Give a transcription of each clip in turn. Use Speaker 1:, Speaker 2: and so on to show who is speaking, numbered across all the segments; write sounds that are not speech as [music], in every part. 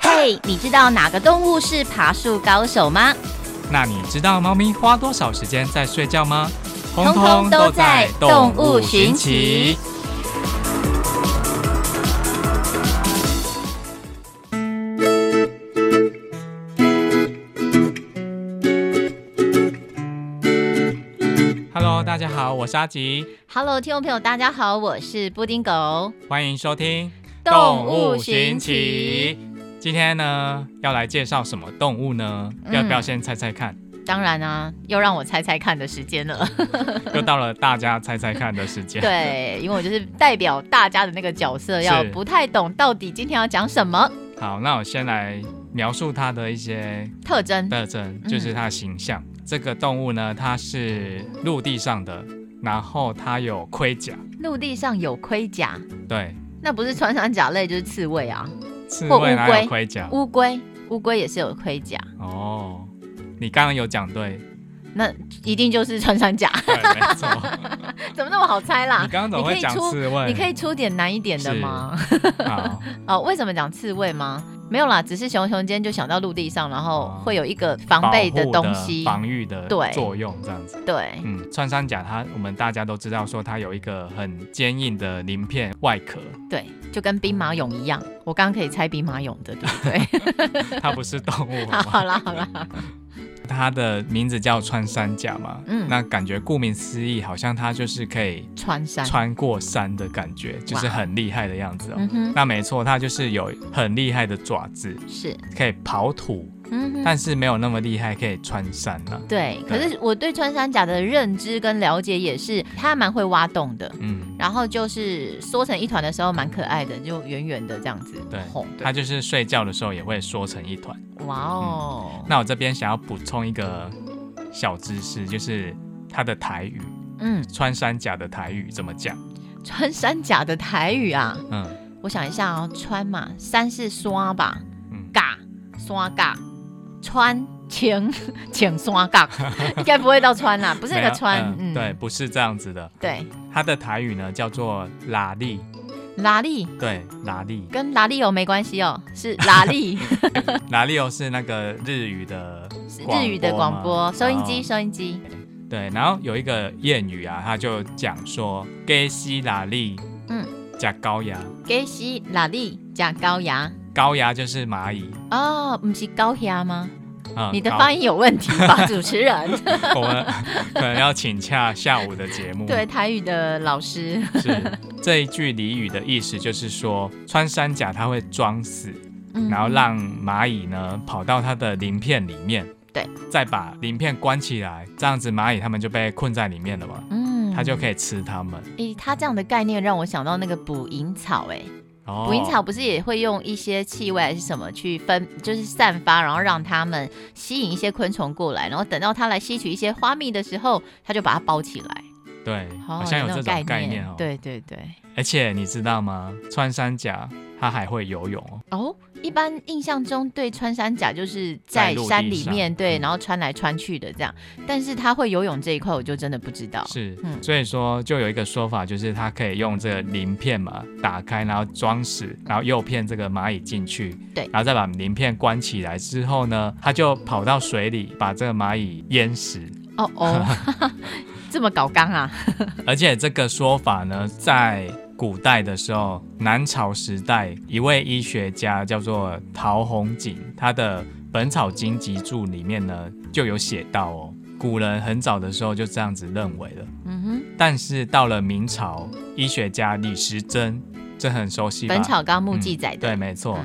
Speaker 1: 嘿，你知道哪个动物是爬树高手吗？
Speaker 2: 那你知道猫咪花多少时间在睡觉吗？
Speaker 1: 通通都在动物寻奇。
Speaker 2: Hello，大家好，我是阿吉，
Speaker 1: Hello，听众朋友，大家好，我是布丁狗。
Speaker 2: 欢迎收听
Speaker 1: 动物寻奇。
Speaker 2: 今天呢，要来介绍什么动物呢？
Speaker 1: 嗯
Speaker 2: 要不要先猜猜看？
Speaker 1: 当然啊，又让我猜猜看的时间了。
Speaker 2: 又到了大家猜猜看的时
Speaker 1: [laughs]
Speaker 2: 间。，
Speaker 1: 对，因为我就是代表大家的那个角色，要不太懂到底今天要讲什么
Speaker 2: 好，那我先来描述它的一些
Speaker 1: 特征。
Speaker 2: 特
Speaker 1: 嗯
Speaker 2: 征，就是它的形象。这个动物呢，它是陆地上的，然后它有盔甲，
Speaker 1: 陆地上有盔甲，
Speaker 2: 对，
Speaker 1: 那不是穿山甲类就是刺猬啊。
Speaker 2: 刺
Speaker 1: 或
Speaker 2: 猬
Speaker 1: 乌
Speaker 2: 哪有
Speaker 1: 龟
Speaker 2: 盔甲？
Speaker 1: 乌龟，乌龟也是有盔甲，
Speaker 2: 哦，你刚刚有讲对，
Speaker 1: 那一定就是穿山甲。 [laughs]
Speaker 2: 对，没错。
Speaker 1: 怎么那么好猜啦
Speaker 2: [laughs] 你？刚刚怎么会讲刺猬？啊
Speaker 1: 你可以出点难一点的吗？
Speaker 2: 好，
Speaker 1: 哦，为什么讲刺猬吗？没有啦，只是熊熊间就想到陆地上，然后
Speaker 2: 哦
Speaker 1: 会有一个防备
Speaker 2: 保护
Speaker 1: 东西。
Speaker 2: 防御的
Speaker 1: 对
Speaker 2: 作用这样子。
Speaker 1: 对，
Speaker 2: 嗯，穿山甲它我们大家都知道，说它有一个很坚硬的鳞片外壳，
Speaker 1: 对，就跟兵马俑一样，我刚刚可以猜兵马俑的，对不
Speaker 2: [laughs]
Speaker 1: 对？
Speaker 2: 它不是动物
Speaker 1: [laughs]
Speaker 2: 好
Speaker 1: 好
Speaker 2: 吗？
Speaker 1: 啦好啦，
Speaker 2: 它的名字叫穿山甲嘛，
Speaker 1: 嗯
Speaker 2: 那感觉顾名思义，好像它就是可以
Speaker 1: 穿山，
Speaker 2: 穿过山的感觉，就是
Speaker 1: 哇
Speaker 2: 很厉害的样子哦。
Speaker 1: 嗯哼，
Speaker 2: 那没错，它就是有很厉害的爪子，
Speaker 1: 是，
Speaker 2: 可以刨土，
Speaker 1: 嗯哼。
Speaker 2: 但是没有那么厉害，可以穿山啊了、
Speaker 1: 对，可
Speaker 2: 对
Speaker 1: 是我对穿山甲的认知跟了解也是，它蛮会挖洞的，
Speaker 2: 嗯，
Speaker 1: 然后就是缩成一团的时候蛮可爱的，就圆圆的这样子。
Speaker 2: 对
Speaker 1: 吼，
Speaker 2: 它就是睡觉的时候也会缩成一团。
Speaker 1: 哇哦，
Speaker 2: 那我这边想要补充一个小知识，就是它的台语，
Speaker 1: 嗯，
Speaker 2: 穿山甲的台语怎么讲？
Speaker 1: 穿山甲的台语啊，
Speaker 2: 嗯
Speaker 1: 我想一下啊、穿嘛，山是刷吧，
Speaker 2: 嗯，
Speaker 1: 嘎刷嘎，穿请 [laughs] 请刷
Speaker 2: [laughs]
Speaker 1: 嘎，应该不会到穿啦，不是那
Speaker 2: 没
Speaker 1: 个
Speaker 2: 有
Speaker 1: 穿，嗯，
Speaker 2: 对，不是这样子的。
Speaker 1: 对，
Speaker 2: 它的台语呢叫做拉力，
Speaker 1: 拉力
Speaker 2: 对，拉 [laughs] 力，
Speaker 1: 跟拉力油没关系哦，是拉
Speaker 2: [laughs]
Speaker 1: 力，
Speaker 2: 拉力又是那个日语的
Speaker 1: 是
Speaker 2: 广播
Speaker 1: 日语的广播，
Speaker 2: 吗
Speaker 1: 收音机
Speaker 2: 哦
Speaker 1: 收音机，
Speaker 2: 对，然后有一个谚语啊，他就讲说“给西拉力”，
Speaker 1: 嗯，
Speaker 2: 加高牙，
Speaker 1: 给西拉力加高牙。
Speaker 2: 高牙就是蚂蚁。
Speaker 1: 哦，不是高压吗？
Speaker 2: 嗯，
Speaker 1: 你的
Speaker 2: 高
Speaker 1: 发音有问题吧，主持
Speaker 2: [laughs]
Speaker 1: 人？
Speaker 2: 我们可能要请假下午的节目。
Speaker 1: 对，，台语的老师，
Speaker 2: 是这一句俚语的意思，就是说穿山甲它会装死，
Speaker 1: 嗯
Speaker 2: 然后让蚂蚁呢跑到它的鳞片里面，
Speaker 1: 对，
Speaker 2: 再把鳞片关起来，这样子蚂蚁它们就被困在里面了嘛，
Speaker 1: 嗯
Speaker 2: 它就可以吃它们。
Speaker 1: 诶，它这样的概念让我想到那个捕蝇草、诶，哎，
Speaker 2: 哦
Speaker 1: 捕蝇草不是也会用一些气味还是什么去分，就是散发，然后让它们吸引一些昆虫过来，然后等到它来吸取一些花蜜的时候，它就把它包起来。
Speaker 2: 对，好
Speaker 1: 哦
Speaker 2: 像有
Speaker 1: 那
Speaker 2: 这
Speaker 1: 概
Speaker 2: 种概念哦。，
Speaker 1: 对对对。
Speaker 2: 而且你知道吗？穿山甲它还会游泳哦。
Speaker 1: 哦，一般印象中对穿山甲就是
Speaker 2: 在
Speaker 1: 在
Speaker 2: 陆地
Speaker 1: 山里
Speaker 2: 上
Speaker 1: 面对，
Speaker 2: 嗯
Speaker 1: 然后穿来穿去的这样，但是它会游泳这一块我就真的不知道。
Speaker 2: 是，
Speaker 1: 嗯
Speaker 2: 所以说就有一个说法，就是它可以用这个鳞片嘛，打开然后装死，然后诱骗这个蚂蚁进去，
Speaker 1: 对
Speaker 2: 然后再把鳞片关起来之后呢，它就跑到水里把这个蚂蚁淹死。
Speaker 1: 哦哦，
Speaker 2: [laughs]
Speaker 1: [laughs] 这么搞刚啊？
Speaker 2: 而且这个说法呢，在古代的时候，南朝时代一位医学家叫做陶弘景，他的《本草经集注》里面呢就有写到哦，古人很早的时候就这样子认为了。
Speaker 1: 嗯哼，
Speaker 2: 但是到了明朝，医学家李时珍，这很熟悉
Speaker 1: 《
Speaker 2: 吧？
Speaker 1: 本草嗯纲目》
Speaker 2: 嗯
Speaker 1: 记载的。
Speaker 2: 对，没错，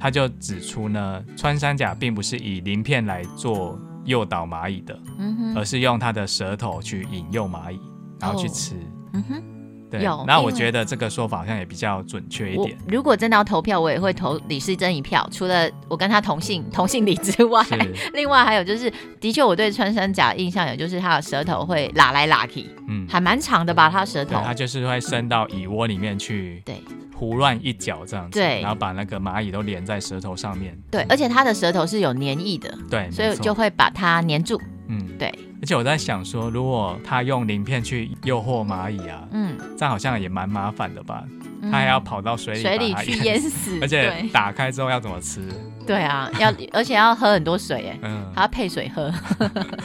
Speaker 2: 他就指出呢，穿山甲并不是以鳞片来做诱导蚂蚁的，
Speaker 1: 嗯哼，
Speaker 2: 而是用它的舌头去引诱蚂蚁，然后去吃。
Speaker 1: 嗯哼，
Speaker 2: 对
Speaker 1: 有，
Speaker 2: 那
Speaker 1: 因
Speaker 2: 我
Speaker 1: 为
Speaker 2: 觉得这个说法好像也比较准确一
Speaker 1: 我 [laughs]
Speaker 2: 点。
Speaker 1: 如果真的要投票，我也会投李世珍一票。除了我跟他同
Speaker 2: [laughs]
Speaker 1: 姓同姓李之外，
Speaker 2: 是，
Speaker 1: 另外还有就是，的确我对穿山甲印象，也就是他的舌头会拉来拉去，
Speaker 2: 嗯，
Speaker 1: 还蛮长的吧，他的舌
Speaker 2: 对，
Speaker 1: 头。
Speaker 2: 它就是会伸到蚁窝里面去，
Speaker 1: 对，
Speaker 2: 胡乱一脚这样子，
Speaker 1: 对
Speaker 2: 然后把那个蚂蚁都连在舌头上面，嗯
Speaker 1: 对，而且他的舌头是有粘液的，
Speaker 2: 对，
Speaker 1: 所以
Speaker 2: 没错
Speaker 1: 就会把它粘住。
Speaker 2: 嗯，
Speaker 1: 对。
Speaker 2: 而且我在想说，如果他用鳞片去诱惑蚂蚁啊，
Speaker 1: 嗯，
Speaker 2: 这样好像也蛮麻烦的吧？
Speaker 1: 嗯
Speaker 2: 他还要跑到水里，
Speaker 1: 水里去淹。死，
Speaker 2: 而且
Speaker 1: 对 [laughs]
Speaker 2: 打开之后要怎么吃？
Speaker 1: 对啊，
Speaker 2: [laughs]
Speaker 1: 要而且要喝很多水哎，
Speaker 2: 嗯，
Speaker 1: 还要配水喝。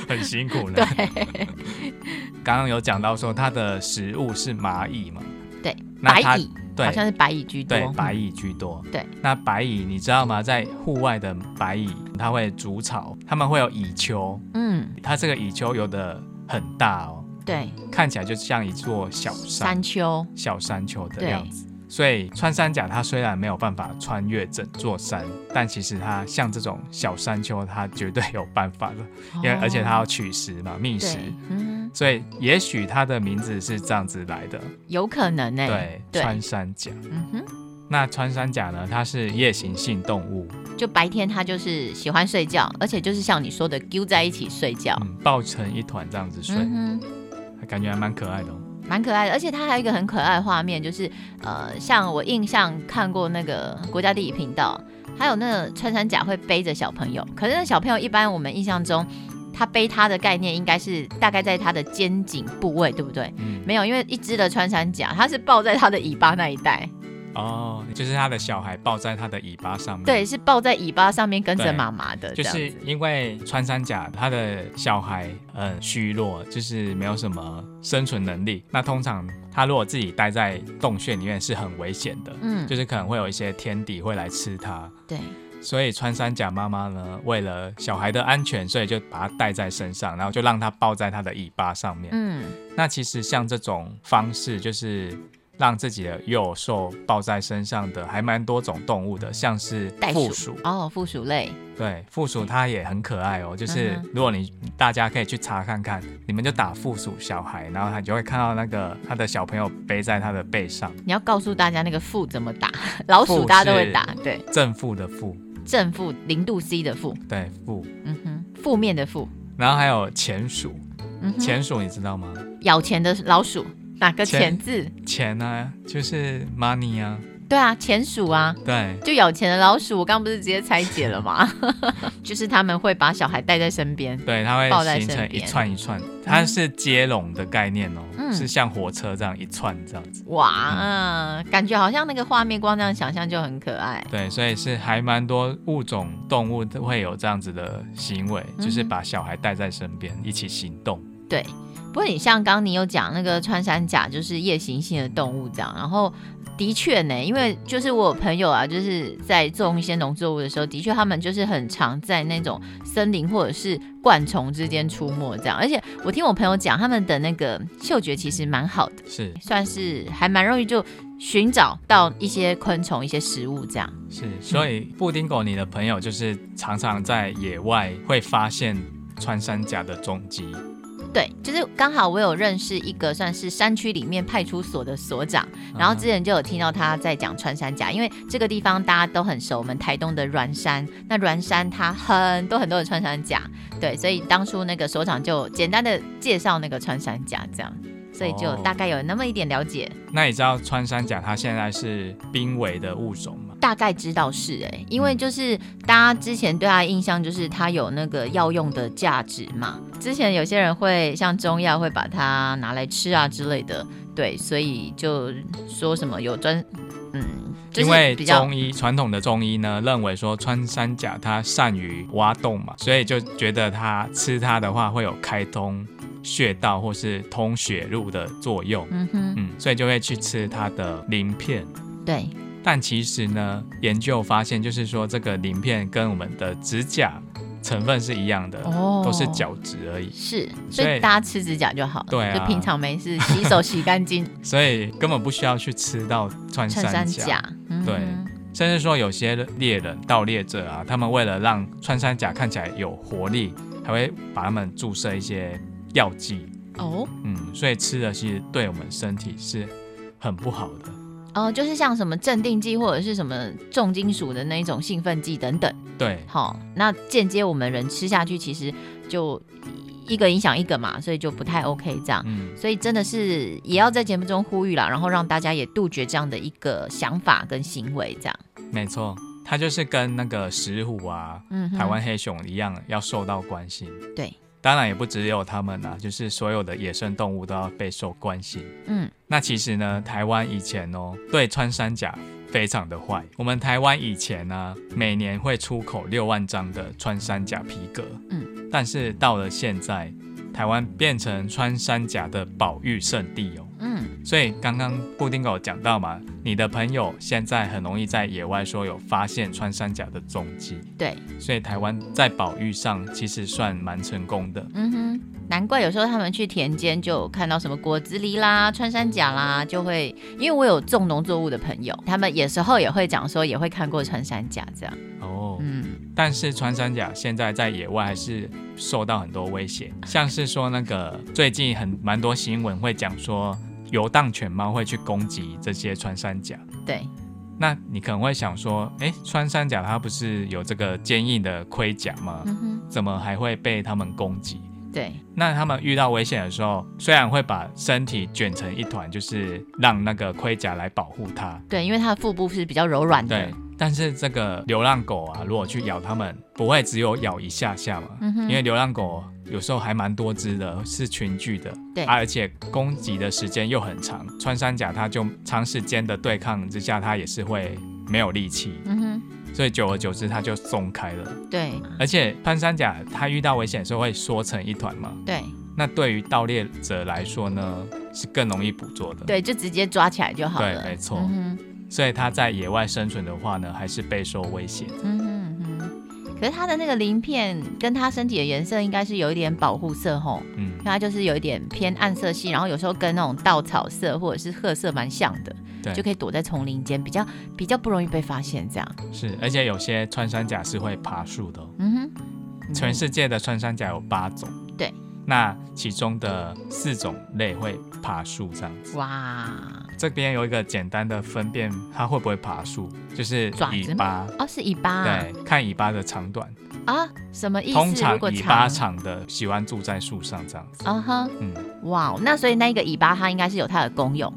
Speaker 2: 很辛苦呢
Speaker 1: 对。，
Speaker 2: 刚刚有讲到说它的食物是蚂蚁嘛？
Speaker 1: 对，
Speaker 2: 那
Speaker 1: 白
Speaker 2: 它
Speaker 1: 蚁
Speaker 2: 对
Speaker 1: 好像是白蚁居多
Speaker 2: 对，白蚁居多。
Speaker 1: 对，
Speaker 2: 那白蚁你知道吗？在户外的白蚁，它会筑巢，它们会有蚁丘，
Speaker 1: 嗯，
Speaker 2: 它这个蚁丘有的很大哦，
Speaker 1: 对，
Speaker 2: 看起来就像一座小山，
Speaker 1: 山丘，
Speaker 2: 小山丘的
Speaker 1: 对
Speaker 2: 样子。所以穿山甲它虽然没有办法穿越整座山，但其实它像这种小山丘，它绝对有办法的，因为
Speaker 1: 哦
Speaker 2: 而且它要取食嘛，觅食。
Speaker 1: 对，嗯，
Speaker 2: 所以也许它的名字是这样子来的，
Speaker 1: 有可能呢。
Speaker 2: 对，
Speaker 1: 对
Speaker 2: 穿山甲。
Speaker 1: 嗯哼，
Speaker 2: 那穿山甲呢？它是夜行性动物，
Speaker 1: 就白天它就是喜欢睡觉，而且就是像你说的丢在一起睡觉，
Speaker 2: 嗯，抱成一团这样子睡，
Speaker 1: 嗯哼，
Speaker 2: 感觉还蛮可爱的、哦。
Speaker 1: 蛮可爱的。而且它还有一个很可爱的画面，就是呃，像我印象看过那个国家地理频道，还有那个穿山甲会背着小朋友，可是那小朋友一般我们印象中。他背它的概念应该是大概在它的肩颈部位，对不对？
Speaker 2: 嗯，
Speaker 1: 没有，因为一只的穿山甲，它是抱在它的尾巴那一带，
Speaker 2: 哦，就是它的小孩抱在它的尾巴上面。
Speaker 1: 对，，是抱在尾巴上面跟着
Speaker 2: 对
Speaker 1: 妈妈的，这
Speaker 2: 就
Speaker 1: 样
Speaker 2: 是
Speaker 1: 子。
Speaker 2: 因为穿山甲它的小孩很虚弱，就是没有什么生存能力。那通常它如果自己待在洞穴里面是很危险的，
Speaker 1: 嗯，
Speaker 2: 就是可能会有一些天敌会来吃它。
Speaker 1: 对，
Speaker 2: 所以穿山甲妈妈呢，为了小孩的安全，所以就把它带在身上，然后就让它抱在它的尾巴上面。
Speaker 1: 嗯，
Speaker 2: 那其实像这种方式，就是让自己的幼兽抱在身上的，还蛮多种动物的，像是
Speaker 1: 袋
Speaker 2: 负
Speaker 1: 鼠
Speaker 2: 鼠，
Speaker 1: 哦，附属类，
Speaker 2: 对，附属它也很可爱哦。就是
Speaker 1: 嗯哼
Speaker 2: 如果你大家可以去查看看，你们就打附属小孩，然后他就会看到那个他的小朋友背在他的背上，
Speaker 1: 你要告诉大家那个负怎么打，老
Speaker 2: 负
Speaker 1: 鼠大家都会
Speaker 2: 是
Speaker 1: 打，对，
Speaker 2: 正负的负，
Speaker 1: 正负零度 C 的负，
Speaker 2: 对负。
Speaker 1: 嗯哼，负面的负，
Speaker 2: 然后还有钱鼠，
Speaker 1: 嗯哼，
Speaker 2: 钱鼠你知道吗？
Speaker 1: 咬钱的老鼠，哪个
Speaker 2: 钱
Speaker 1: 钱字？
Speaker 2: 钱啊，就是 money 啊，
Speaker 1: 对啊，钱鼠啊。
Speaker 2: 对
Speaker 1: 就咬钱的老鼠，我刚不是直接拆解了吗？ [laughs] 就是他们会把小孩带在身边，
Speaker 2: 对，它
Speaker 1: 抱
Speaker 2: 会
Speaker 1: 在
Speaker 2: 形
Speaker 1: 身
Speaker 2: 成一
Speaker 1: 边
Speaker 2: 串一串，它是接拢的概念哦，
Speaker 1: 嗯
Speaker 2: 是像火车这样一串这样子。
Speaker 1: 哇，嗯感觉好像那个画面，光这样想象就很可爱。
Speaker 2: 对，所以是还蛮多物种动物都会有这样子的行为，就是
Speaker 1: 嗯
Speaker 2: 把小孩带在身边一起行动。
Speaker 1: 对，不过你像刚刚你有讲那个穿山甲，就是夜行性的动物这样，然后的确呢，因为就是我有朋友啊，就是在种一些农作物的时候，的确他们就是很常在那种森林或者是灌丛之间出没这样，而且我听我朋友讲，他们的那个嗅觉其实蛮好的，
Speaker 2: 是
Speaker 1: 算是还蛮容易就寻找到一些昆虫、一些食物这样。
Speaker 2: 是，所以布丁狗，你的朋友就是常常在野外会发现穿山甲的踪迹。
Speaker 1: 对，就是刚好我有认识一个算是山区里面派出所的所长，然后之
Speaker 2: 啊
Speaker 1: 前就有听到他在讲穿山甲，因为这个地方大家都很熟，我们台东的软山，那软山它很多很多的穿山甲，对，所以当初那个所长就简单的介绍那个穿山甲这样，所以就
Speaker 2: 哦
Speaker 1: 大概有那么一点了解，
Speaker 2: 那你知道穿山甲它现在是濒危的物种吗？
Speaker 1: 大概知道是哎、因
Speaker 2: 嗯
Speaker 1: 为就是大家之前对它的印象就是它有那个药用的价值嘛，之前有些人会像中药会把它拿来吃啊之类的，对，所以就说什么有专嗯。就
Speaker 2: 因
Speaker 1: 是
Speaker 2: 为
Speaker 1: 比较
Speaker 2: 中医传统的中医呢，认为说穿山甲它善于挖洞嘛，所以就觉得它吃它的话会有开通穴道或是通血路的作用，
Speaker 1: 嗯哼，
Speaker 2: 嗯，所以就会去吃它的鳞片。
Speaker 1: 对，
Speaker 2: 但其实呢，研究发现就是说这个鳞片跟我们的指甲成分是一样的，
Speaker 1: 哦
Speaker 2: 都是角质而已，
Speaker 1: 是，
Speaker 2: 所
Speaker 1: 所
Speaker 2: 以
Speaker 1: 以大家吃指甲就好了，
Speaker 2: 对啊
Speaker 1: 就平常没事 [laughs] 洗手洗干
Speaker 2: [laughs]
Speaker 1: 净，
Speaker 2: 所以根本不需要去吃到穿
Speaker 1: 衬
Speaker 2: 山
Speaker 1: 衫
Speaker 2: 甲。
Speaker 1: 甲，嗯
Speaker 2: 对
Speaker 1: 哼
Speaker 2: 甚至说有些猎人、盗猎者啊，他们为了让穿山甲看起来有活力，还会把它们注射一些药剂。
Speaker 1: 哦
Speaker 2: 嗯，所以吃的其实对我们身体是很不好的。
Speaker 1: 哦，就是像什么镇定剂或者是什么重金属的那一种兴奋剂等等，
Speaker 2: 对，
Speaker 1: 好、那间接我们人吃下去，其实就一个影响一个嘛，所以就不太 OK 这样。
Speaker 2: 嗯，
Speaker 1: 所以真的是也要在节目中呼吁啦，然后让大家也杜绝这样的一个想法跟行为，这样。
Speaker 2: 没错，它就是跟那个石虎啊、
Speaker 1: 嗯哼，
Speaker 2: 台湾黑熊一样，要受到关心。
Speaker 1: 对，
Speaker 2: 当然也不只有它们啊，就是所有的野生动物都要备受关心。
Speaker 1: 嗯，
Speaker 2: 那其实呢，台湾以前哦，对穿山甲非常的坏。我们台湾以前呢、啊每年会出口六万张的穿山甲皮革，嗯，但是到了现在，台湾变成穿山甲的保育圣地哦。
Speaker 1: 嗯，
Speaker 2: 所以刚刚布丁狗讲到嘛，你的朋友现在很容易在野外说有发现穿山甲的踪迹，
Speaker 1: 对，
Speaker 2: 所以台湾在保育上其实算蛮成功的。
Speaker 1: 嗯哼，难怪有时候他们去田间就有看到什么果子狸啦、穿山甲啦，就会因为我有种农作物的朋友，他们有时候也会讲说也会看过穿山甲这样。
Speaker 2: 哦，
Speaker 1: 嗯，
Speaker 2: 但是穿山甲现在在野外还是受到很多威胁，像是说那个最近很蛮多新闻会讲说游荡犬猫会去攻击这些穿山甲。
Speaker 1: 对，
Speaker 2: 那你可能会想说，诶，穿山甲它不是有这个坚硬的盔甲吗？
Speaker 1: 嗯哼，
Speaker 2: 怎么还会被它们攻击？
Speaker 1: 对，
Speaker 2: 那他们遇到危险的时候，虽然会把身体卷成一团，就是让那个盔甲来保护它，
Speaker 1: 对，因为它的腹部是比较柔软的
Speaker 2: 对。。但是这个流浪狗啊，如果去咬它们，不会只有咬一下下嘛，
Speaker 1: 嗯哼
Speaker 2: 因为流浪狗有时候还蛮多只的，是群聚的，
Speaker 1: 对
Speaker 2: 啊而且攻击的时间又很长。穿山甲它就长时间的对抗之下，它也是会没有力气，
Speaker 1: 嗯哼，
Speaker 2: 所以久而久之它就松开了。
Speaker 1: 对
Speaker 2: 而且穿山甲它遇到危险的时候会缩成一团嘛，
Speaker 1: 对
Speaker 2: 那对于盗猎者来说呢，是更容易捕捉的。，
Speaker 1: 对，就直接抓起来就好
Speaker 2: 对
Speaker 1: 了。
Speaker 2: 没错
Speaker 1: 嗯哼，
Speaker 2: 所以它在野外生存的话呢，还是备受威胁的。
Speaker 1: 嗯哼嗯哼。可是它的那个鳞片跟它身体的颜色应该是有一点保护色吼，
Speaker 2: 嗯
Speaker 1: 因为，它就是有一点偏暗色系，然后有时候跟那种稻草色或者是褐色蛮像的，
Speaker 2: 对
Speaker 1: 就可以躲在丛林间，比较比较不容易被发现这样。
Speaker 2: 是，而且有些穿山甲是会爬树的哦、
Speaker 1: 嗯哼，
Speaker 2: 全世界的穿山甲有八种，
Speaker 1: 对，
Speaker 2: 那其中的四种类会爬树这样子。
Speaker 1: 哇
Speaker 2: 这边有一个简单的分辨，它会不会爬树，就是
Speaker 1: 爪子
Speaker 2: 尾巴。
Speaker 1: 哦是尾巴啊
Speaker 2: 对，看尾巴的长短，
Speaker 1: 啊什么意思？
Speaker 2: 通常
Speaker 1: 如果
Speaker 2: 尾巴长的喜欢住在树上这样子。
Speaker 1: 啊哈
Speaker 2: 嗯，
Speaker 1: 哇哦，那所以那个尾巴它应该是有它的功用，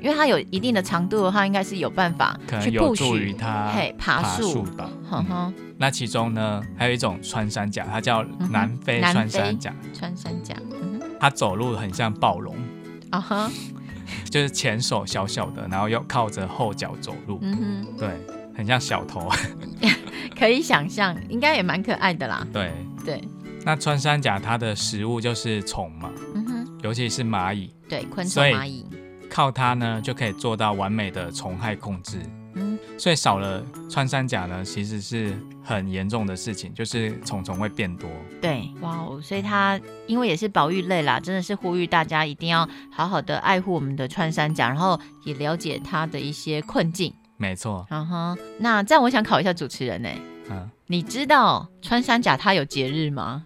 Speaker 1: 因为它有一定的长度的话，应该是有办法
Speaker 2: 可能
Speaker 1: 去
Speaker 2: 有
Speaker 1: 布
Speaker 2: 助于
Speaker 1: 局
Speaker 2: 它
Speaker 1: 嘿
Speaker 2: 爬
Speaker 1: 爬
Speaker 2: 树
Speaker 1: 树。嗯
Speaker 2: 吧。嗯
Speaker 1: 哼哼，
Speaker 2: 那其中呢，还有一种穿山甲，它叫
Speaker 1: 嗯哼
Speaker 2: 南非
Speaker 1: 南
Speaker 2: 穿
Speaker 1: 非
Speaker 2: 山甲，
Speaker 1: 穿山甲，嗯哼
Speaker 2: 它走路很像暴龙，
Speaker 1: 啊哈，
Speaker 2: 就是前手小小的，然后又靠着后脚走路，
Speaker 1: 嗯哼，
Speaker 2: 对，很像小头。 [laughs]
Speaker 1: 可以想象，应该也蛮可爱的啦。
Speaker 2: 对，
Speaker 1: 对，
Speaker 2: 那穿山甲它的食物就是虫嘛，
Speaker 1: 嗯哼，
Speaker 2: 尤其是蚂蚁，
Speaker 1: 对，昆虫
Speaker 2: 所以
Speaker 1: 蚂蚁，
Speaker 2: 靠它呢就可以做到完美的虫害控制。
Speaker 1: 嗯，
Speaker 2: 所以少了穿山甲呢，其实是很严重的事情，就是虫虫会变多。
Speaker 1: 对，哇哦，所以它因为也是保育类啦，真的是呼吁大家一定要好好的爱护我们的穿山甲，然后也了解它的一些困境。
Speaker 2: 没错，
Speaker 1: 然后，那这样我想考一下主持人呢、
Speaker 2: 嗯，
Speaker 1: 你知道穿山甲它有节日吗？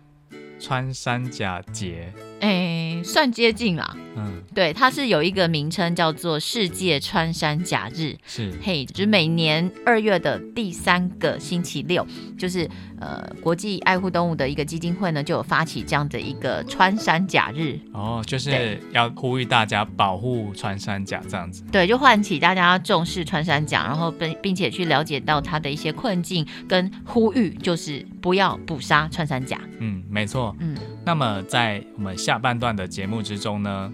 Speaker 2: 穿山甲节，
Speaker 1: 哎，算接近啦。
Speaker 2: 嗯，
Speaker 1: 对，它是有一个名称叫做世界穿山甲日。
Speaker 2: 是
Speaker 1: 嘿，就是每年二月的第三个星期六，就是呃国际爱护动物的一个基金会呢，就有发起这样的一个穿山甲日，
Speaker 2: 哦，就是
Speaker 1: 对
Speaker 2: 要呼吁大家保护穿山甲这样子。
Speaker 1: 对，就唤起大家重视穿山甲，然后并并且去了解到它的一些困境跟呼吁，就是不要捕杀穿山甲。
Speaker 2: 嗯，没错。
Speaker 1: 嗯，
Speaker 2: 那么在我们下半段的节目之中呢，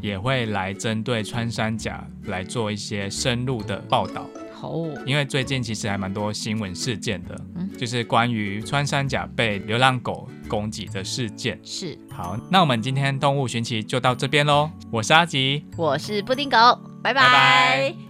Speaker 2: 也会来针对穿山甲来做一些深入的报道，
Speaker 1: 好、哦，
Speaker 2: 因为最近其实还蛮多新闻事件的，
Speaker 1: 嗯
Speaker 2: 就是关于穿山甲被流浪狗攻击的事件。
Speaker 1: 是，
Speaker 2: 好，那我们今天动物寻奇就到这边喽，我是阿吉，
Speaker 1: 我是布丁狗，拜
Speaker 2: 拜拜